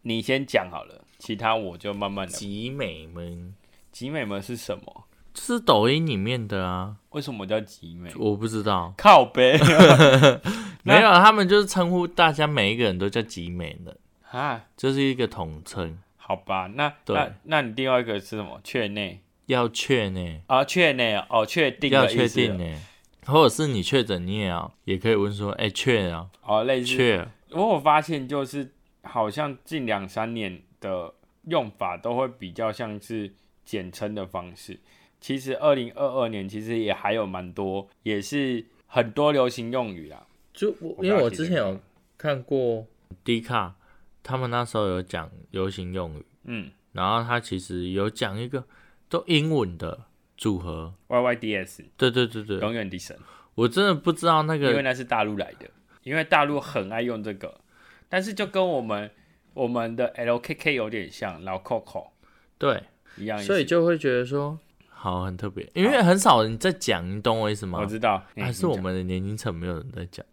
A: 你先讲好了，其他我就慢慢的。
B: 集美们，
A: 集美们是什么？
B: 就是抖音里面的啊，
A: 为什么叫集美？
B: 我不知道，
A: 靠 背那
B: 没有，啊他们就是称呼大家每一个人都叫集美的，
A: 啊？
B: 就是一个统称。
A: 好吧，那
B: 对
A: 那那你另外一个是什么？确内
B: 要确呢，
A: 啊，确内哦，确定
B: 要
A: 的意
B: 确
A: 思
B: 定呢，或者是你确诊，你也要也可以问说，哎、确啊，
A: 哦，类似。
B: 确，
A: 我有发现就是好像近两三年的用法都会比较像是简称的方式。其实二零二二年其实也还有蛮多，也是很多流行用语啦。
B: 就我
A: 因为我之前有
B: 看过迪卡，他们那时候有讲流行用语，
A: 嗯
B: 然后他其实有讲一个都英文的组合，
A: ，Y Y D S
B: 对对对对，
A: 永远的神。
B: 我真的不知道那
A: 因为
B: 个
A: 那是大陆来的，因为大陆很爱用这个，但是就跟我们我们的 LKK 有点像，老 Coco
B: 对，
A: 一样意思。
B: 所以就会觉得说好很特别，因为很少人在讲，你懂我意思吗
A: 我？知道，哎
B: 还是我们的年龄层没有人在讲，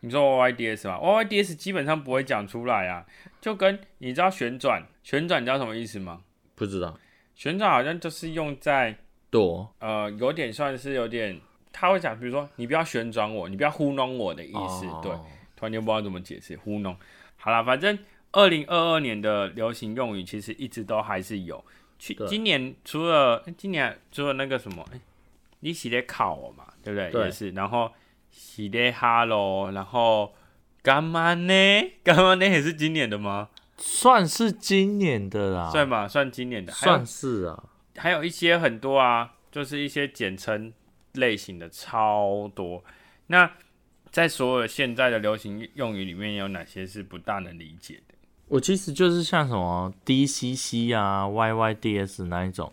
A: 你说 YYDS 嘛，YYDS 基本上不会讲出来啊，就跟你知道旋转，旋转你知道什么意思吗？
B: 不知道
A: 旋转好像就是用在
B: 躲
A: 呃，有点算是有点，他会讲，比如说你不要旋转我，你不要糊弄我的意思，
B: 哦
A: 对。突然间不知道怎么解释，糊弄。好啦，反正二零二二年的流行用语其实一直都还是有。去
B: 对
A: 今年除了、诶今年除了那个什么，诶你洗的烤我嘛，对不对？
B: 对
A: 也是。然后洗的哈喽，然后干嘛呢？ 干嘛呢？也是今年的吗？
B: 算是今年的啦，
A: 算吧，算今年的。还有
B: 啊算是啊，
A: 还有一些很多啊，就是一些简称类型的超多。那在所有现在的流行用语里面，有哪些是不大能理解的？
B: 我其实就是像什么 DCC 啊、YYDS 那一种，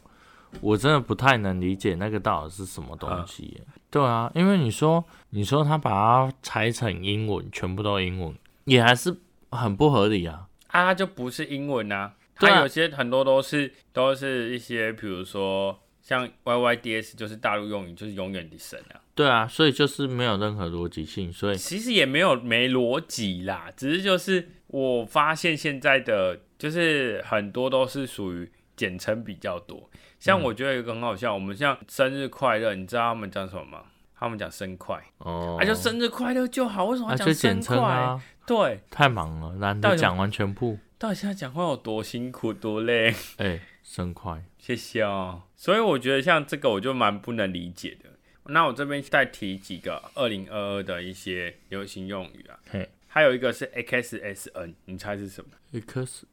B: 我真的不太能理解那个到底是什么东西耶、对啊，因为你说你说他把它拆成英文，全部都英文，也还是很不合理啊。
A: 啊，它就不是英文啊，
B: 对啊
A: 它有些很多都是都是一些，比如说像 YYDS 就是大陆用语，就是永远的神啊。
B: 对啊，所以就是没有任何逻辑性，所以
A: 其实也没有没逻辑啦，只是就是我发现现在的就是很多都是属于简称比较多。
B: 嗯
A: 像我觉得有一个很好笑，我们像生日快乐，你知道他们讲什么吗？他们讲生快，
B: 哦，
A: 啊就生日快乐就好，为什么
B: 啊
A: 要
B: 就
A: 讲生
B: 简
A: 快？
B: 称啊，
A: 对，
B: 太忙了，懒
A: 到
B: 得
A: 底
B: 讲完全部。
A: 到底现在讲话有多辛苦多累？
B: 哎、生快，
A: 谢谢哦。所以我觉得像这个我就蛮不能理解的。那我这边再提几个二零二二的一些流行用语啊，
B: 嘿
A: 还有一个是 XSN，你猜是什么？
B: ，X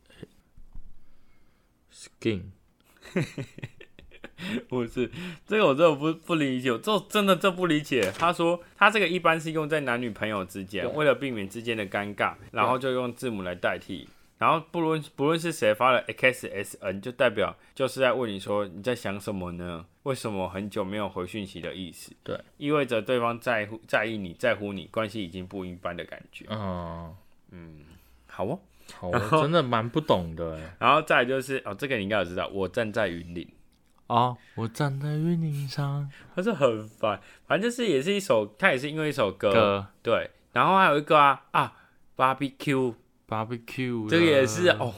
B: skin
A: 不是，这个我真的不不理解，我这真的这不理解。他说他这个一般是用在男女朋友之间，为了避免之间的尴尬，然后就用字母来代替。然后不论不论是谁发了 XSN，就代表就是在问你说你在想什么呢？为什么很久没有回讯息的意思？
B: 对，
A: 意味着对方在乎在意你在乎你，关系已经不一般的感觉。
B: 哦，
A: 好哦，
B: 好，我真的蛮不懂的哎。
A: 然后再来就是哦，这个你应该有知道，我站在云顶。
B: 哦，我站在云顶上，
A: 他是很烦，反正就是也是一首，他也是因为一首歌，
B: 歌
A: 对，然后还有一个啊啊，barbecue，
B: barbecue，
A: 这个也是
B: 了
A: 哦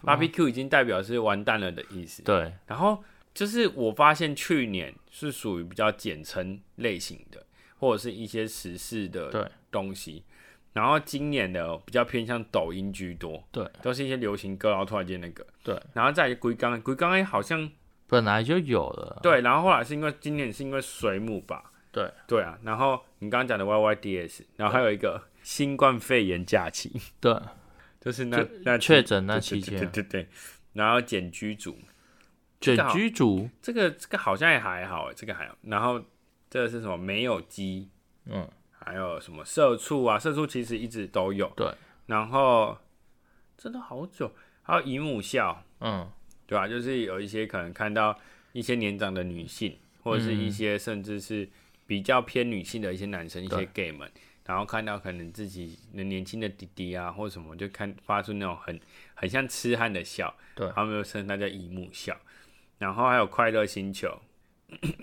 A: ，barbecue 已经代表是完蛋了的意思。
B: 对，
A: 然后就是我发现去年是属于比较简称类型的，或者是一些时事
B: 对
A: 的东西。然后今年的比较偏向抖音居多，
B: 对，
A: 都是一些流行歌，然后突然间那个，
B: 对，
A: 然后再来龟缸，龟缸好像
B: 本来就有了，
A: 对，然后后来是因为今年是因为水母吧？
B: 对
A: 对啊，然后你刚刚讲的 YYDS，然后还有一个新冠肺炎假期，
B: 对，
A: 就是那那
B: 确诊那
A: 对
B: 期间啊
A: 对对对对，然后减居族，
B: 卷居族，
A: 这个这个好像也还好欸，这个还好。然后这个是什么？没有鸡，
B: 嗯，
A: 还有什么社畜啊？社畜其实一直都有。
B: 对。
A: 然后真的好久，还有姨母笑，
B: 嗯，
A: 对吧、就是有一些可能看到一些年长的女性，或者是
B: 嗯
A: 一些甚至是比较偏女性的一些男生，一些
B: 对
A: gay 们，然后看到可能自己的年轻的弟弟啊，或什么，就看发出那种很很像痴汉的笑，
B: 对
A: 他们就称它叫姨母笑。然后还有快乐星球，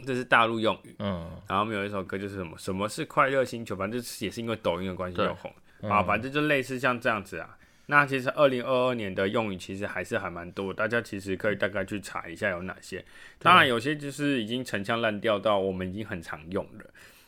A: 这是大陆用语。
B: 嗯，
A: 然后我们有一首歌就是什么什么是快乐星球，反正就是也是因为抖音的关系又红
B: 嗯
A: 啊，反正就类似像这样子啊。那其实二零二二年的用语其实还是还蛮多，大家其实可以大概去查一下有哪些。当然有些就是已经陈腔滥调到我们已经很常用了。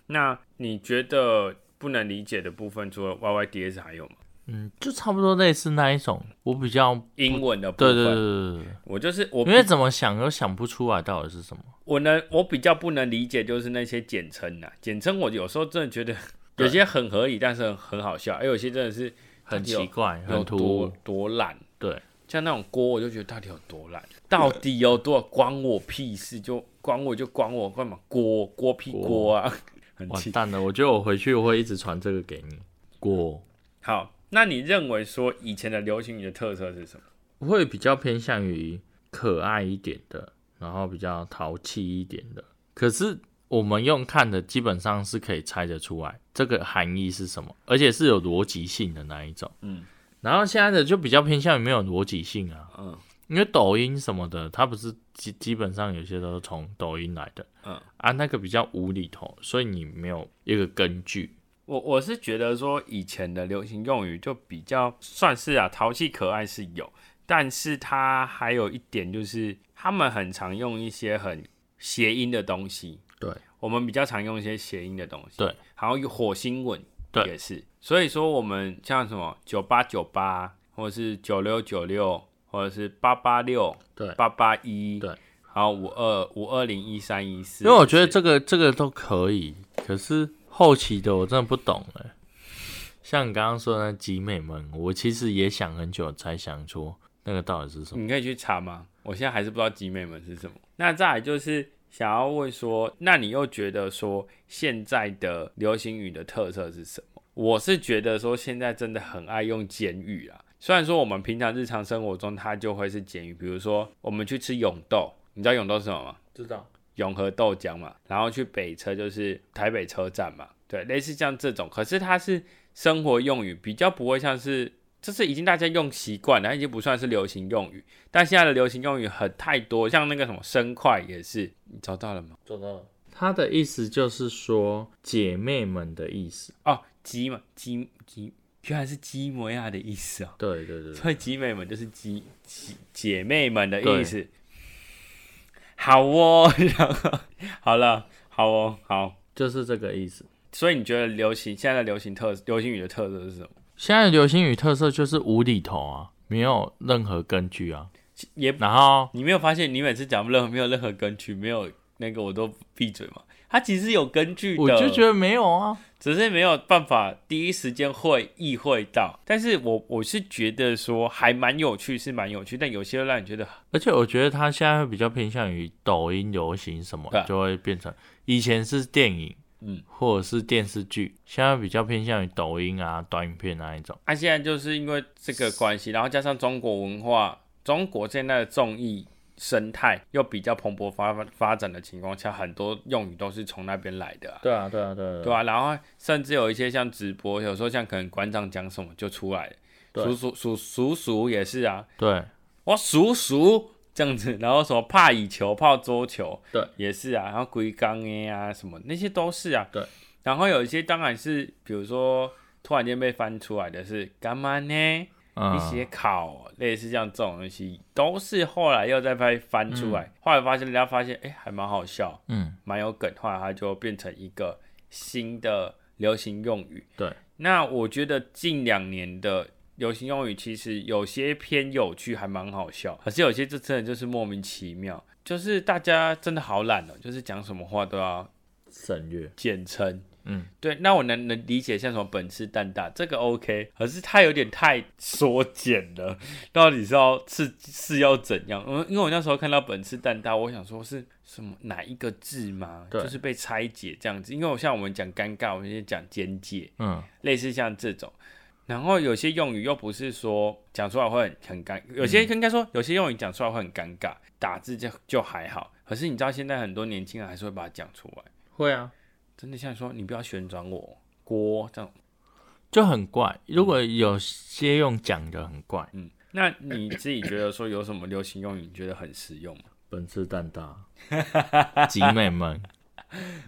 A: 那你觉得不能理解的部分，除了 YYDS 还有吗？
B: 嗯，就差不多类似那一种。我比较，
A: 英文的部
B: 对
A: 分，
B: 对对对对，
A: 我就是我比
B: 因为怎么想都想不出来到底是什么。
A: 我能我比较不能理解就是那些简称啊，简称我有时候真的觉得有些很合理，但是很很好笑，而哎有些真的是
B: 很
A: 到底有
B: 奇怪，
A: 有
B: 很突
A: 多
B: 兀。
A: 多烂。
B: 对，
A: 像那种锅，我就觉得到底有多烂，到底有多关我屁事？就关我就关我，干嘛锅锅屁锅啊？ 很
B: 完
A: 气。
B: 蛋了！我觉得我回去我会一直传这个给你。过
A: 好，那你认为说以前的流行语的特色是什么？
B: 我会比较偏向于可爱一点的，然后比较淘气一点的。可是我们用看的基本上是可以猜得出来这个含义是什么，而且是有逻辑性的那一种。
A: 嗯，
B: 然后现在的就比较偏向于没有逻辑性啊，
A: 嗯
B: 因为抖音什么的，它不是基基本上有些都是从抖音来的
A: 嗯，
B: 啊，那个比较无厘头，所以你没有一个根据。
A: 我我是觉得说以前的流行用语就比较算是啊，淘气可爱是有，但是它还有一点就是他们很常用一些很谐音的东西，
B: 对，
A: 我们比较常用一些谐音的东西，
B: 对，
A: 还有火星文，
B: 对
A: 也是，所以说我们像什么九八九八，或者是九六九六，或者是八八六，
B: 对
A: 八八一，
B: 对，
A: 还有五二五二零一三一四，
B: 因为我觉得这个这个都可以，可是后期的我真的不懂了。像你刚刚说的那集美们，我其实也想很久才想出那个到底是什么。
A: 你可以去查吗？我现在还是不知道集美们是什么。那再来就是想要问说，那你又觉得说现在的流行语的特色是什么？我是觉得说现在真的很爱用简语啊。虽然说我们平常日常生活中它就会是简语，比如说我们去吃永豆，你知道永豆是什么吗？
B: 知道，
A: 永和豆浆嘛，然后去北车就是台北车站嘛，对，类似像这种，可是它是生活用语，比较不会像是，这是已经大家用习惯了，它已经不算是流行用语。但现在的流行用语很太多，像那个什么生快也是，你找到了吗？
B: 做到了。他的意思就是说姐妹们的意思。
A: 哦，鸡嘛，鸡鸡，原来是鸡摩亚的意思哦，
B: 对对对对，
A: 所以鸡妹们就是鸡鸡姐妹们的意思。好哦， 然后好了，好哦，好。
B: 就是这个意思。
A: 所以你觉得流行现在的流行特流行语的特色是什么？
B: 现在的流行语特色就是无厘头啊，没有任何根据啊。
A: 也
B: 然后
A: 你没有发现你每次讲任何没有任何根据，没有那个我都闭嘴嘛？它其实有根据的，
B: 我就觉得没有啊，
A: 只是没有办法第一时间会意会到。但是我我是觉得说还蛮有趣，是蛮有趣，但有些让你觉得
B: 而且我觉得他现在会比较偏向于抖音流行什么
A: 对啊，
B: 就会变成以前是电影，
A: 嗯，
B: 或者是电视剧，现在比较偏向于抖音啊、短影片那一种。
A: 他、啊现在就是因为这个关系，然后加上中国文化，中国现在的综艺生态又比较蓬勃发发展的情况下，很多用语都是从那边来的、啊。
B: 对啊，对啊，对
A: 对啊，然后甚至有一些像直播，有时候像可能馆长讲什么就出来了，
B: 对
A: 叔叔叔叔叔也是啊，
B: 对
A: 我叔叔这样子， 然后什么怕乙球、泡桌球，
B: 对，
A: 也是啊，然后龟缸耶啊什么那些都是啊，
B: 对，
A: 然后有一些当然是比如说突然间被翻出来的是干嘛呢？一些
B: 嗯，
A: 考类似像这种东西，都是后来又再翻翻出来，后来发现人家发现哎、诶还蛮好笑，
B: 嗯，
A: 蛮有梗，后来它就变成一个新的流行用语。
B: 对，
A: 那我觉得近两年的流行用语其实有些偏有趣，还蛮好笑，可是有些这真的就是莫名其妙，就是大家真的好懒哦，就是讲什么话都要
B: 省略。
A: 简称，嗯，对，那我能能理解像什么本次蛋大这个 OK，可是它有点太缩减了，到底是要是是要怎样？嗯，因为我那时候看到本次蛋大，我想说是什么哪一个字吗？
B: 对
A: 就是被拆解这样子。因为我像我们讲尴尬，我们就讲边界，
B: 嗯，
A: 类似像这种。然后有些用语又不是说讲出来会很很尴，有些应该说有些用语讲出来会很尴尬，打字就就还好。可是你知道现在很多年轻人还是会把它讲出来，
B: 会啊，
A: 真的像说你不要旋转我锅这样。
B: 就很怪。如果有些用讲的很怪，
A: 嗯，那你自己觉得说有什么流行用语你觉得很实用吗？
B: 本次蛋大， 集 美们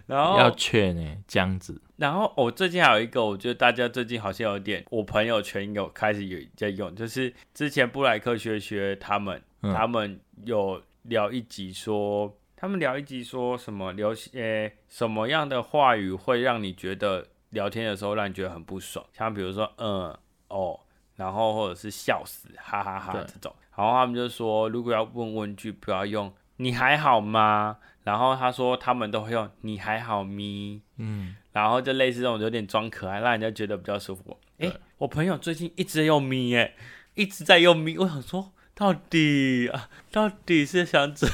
A: 然
B: 要
A: 后，
B: 劝呢，这样子，
A: 然后我、哦最近还有一个，我觉得大家最近好像有点，我朋友圈有开始有在用，就是之前布莱克学学他们，
B: 嗯
A: 他们有聊一集说，他们聊一集说什么流行，呃、什么样的话语会让你觉得聊天的时候让你觉得很不爽，像比如说嗯哦，然后或者是笑死哈哈哈
B: 对
A: 这种，然后他们就说如果要问问句，不要用你还好吗？然后他说他们都会用你还好咪，
B: 嗯，
A: 然后就类似这种有点装可爱，让人家觉得比较舒服。诶，我朋友最近一直用咪，诶，一直在用咪，我想说到底啊，到底是想怎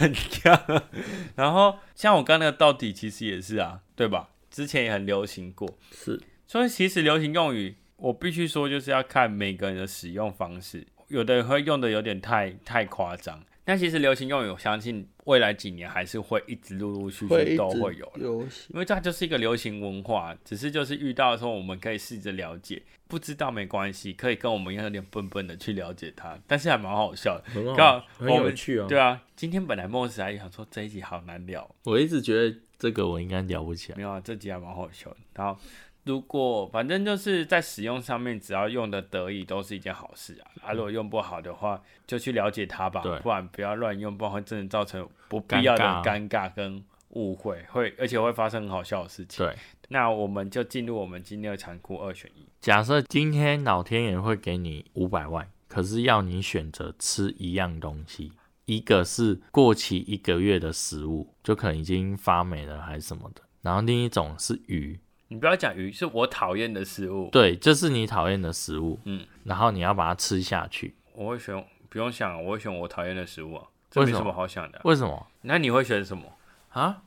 A: 样？ 然后像我刚刚那个到底其实也是啊，对吧？之前也很流行过，
B: 是
A: 所以其实流行用语，我必须说就是要看每个人的使用方式，有的人会用的有点太太夸张。但其实流行用语，我相信未来几年还是会一直陆陆续续都会有啦
C: 有
A: 因为它就是一个流行文化，只是就是遇到的时候，我们可以试着了解，不知道没关系，可以跟我们一样有点笨笨的去了解它，但是还蛮好笑的。
B: 很啊
A: 刚好
B: 很
A: 我
B: 有
A: 们
B: 趣哦。
A: 对啊，今天本来莫斯还想说这一集好难聊，
B: 我一直觉得这个我应该聊不起来。
A: 没有啊，这集还蛮好笑的。然后，如果反正就是在使用上面，只要用的得意，都是一件好事啊。啊，如果用不好的话，就去了解它吧
B: 对，
A: 不然不要乱用，不然会真的造成不必要的
B: 尴尬啊
A: 尴尬跟误会，会而且会发生很好笑的事情。
B: 对，
A: 那我们就进入我们今天的残酷二选一。
B: 假设今天老天爷会给你五百万，可是要你选择吃一样东西，一个是过期一个月的食物，就可能已经发霉了还是什么的，然后另一种是鱼，
A: 你不要讲鱼，是我讨厌的食物，
B: 对，这是你讨厌的食物，
A: 嗯，
B: 然后你要把它吃下去，
A: 我会选，不用想，我会选我讨厌的食物啊。这没
B: 为什
A: 什
B: 么
A: 么好想的啊、
B: 为什么
A: 那你会选什么？
B: 啊？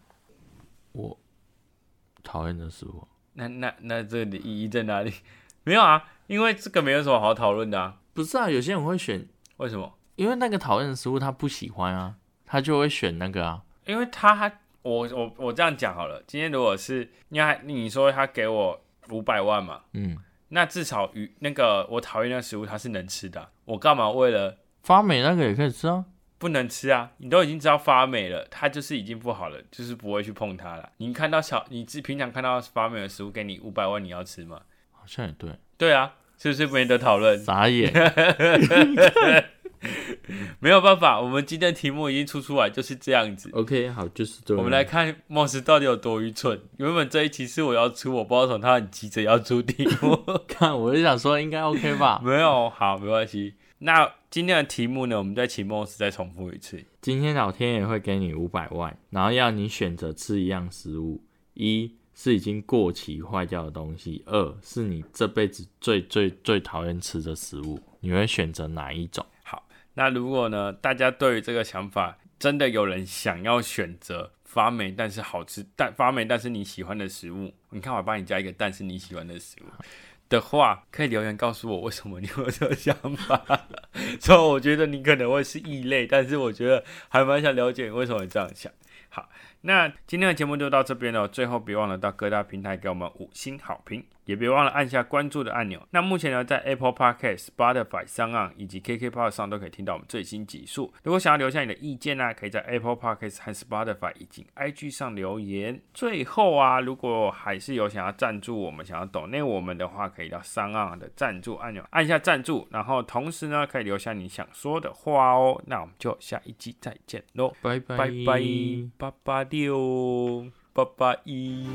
B: 我讨厌的食物，
A: 那那那这里意义在哪里？ 没有啊，因为这个没有什么好讨论的啊。
B: 不是啊，有些人会选，
A: 为什么？
B: 因为那个讨厌的食物他不喜欢啊，他就会选那个啊，
A: 因为他，我我我这样讲好了。今天如果是因为他你说他给我五百万嘛，
B: 嗯，
A: 那至少鱼那个我讨厌的食物它是能吃的啊，我干嘛为了
B: 发霉那个也可以吃啊，
A: 不能吃啊！你都已经知道发霉了，它就是已经不好了，就是不会去碰它了。你看到小，你只平常看到发霉的食物，给你五百万，你要吃吗？
B: 好像也对，
A: 对啊，是不是没得讨论？
B: 傻眼。
A: 没有办法，我们今天题目已经出出来就是这样子。
B: OK，好，就是这
A: 我们来看莫斯到底有多愚蠢。原本这一期是我要出，我不知道为什么他很急着要出题目。
B: 看，我就想说应该 OK 吧。
A: 没有，好，没关系。那今天的题目呢，我们再请莫斯再重复一次。
B: 今天老天爷会给你五百万，然后要你选择吃一样食物，一是已经过期坏掉的东西，二是你这辈子最最最讨厌吃的食物，你会选择哪一种？
A: 那如果呢，大家对于这个想法真的有人想要选择发霉但是好吃，但发霉但是你喜欢的食物，你看我帮你加一个但是你喜欢的食物的话，可以留言告诉我为什么你有这个想法。所以我觉得你可能会是异类，但是我觉得还蛮想了解你为什么这样想。好，那今天的节目就到这边了。最后别忘了到各大平台给我们五星好评，也别忘了按下关注的按钮。那目前呢，在 Apple Podcast、Spotify、s o n on 以及 KK Pod 上都可以听到我们最新集数。如果想要留下你的意见呢、可以在 Apple Podcast 和 Spotify 以及 IG 上留言。最后啊，如果还是有想要赞助我们、想要抖内我们的话，可以到 s o n on 的赞助按钮按下赞助，然后同时呢，可以留下你想说的话哦。那我们就下一集再见喽。
B: 拜拜
A: 拜拜，八八六，八八一。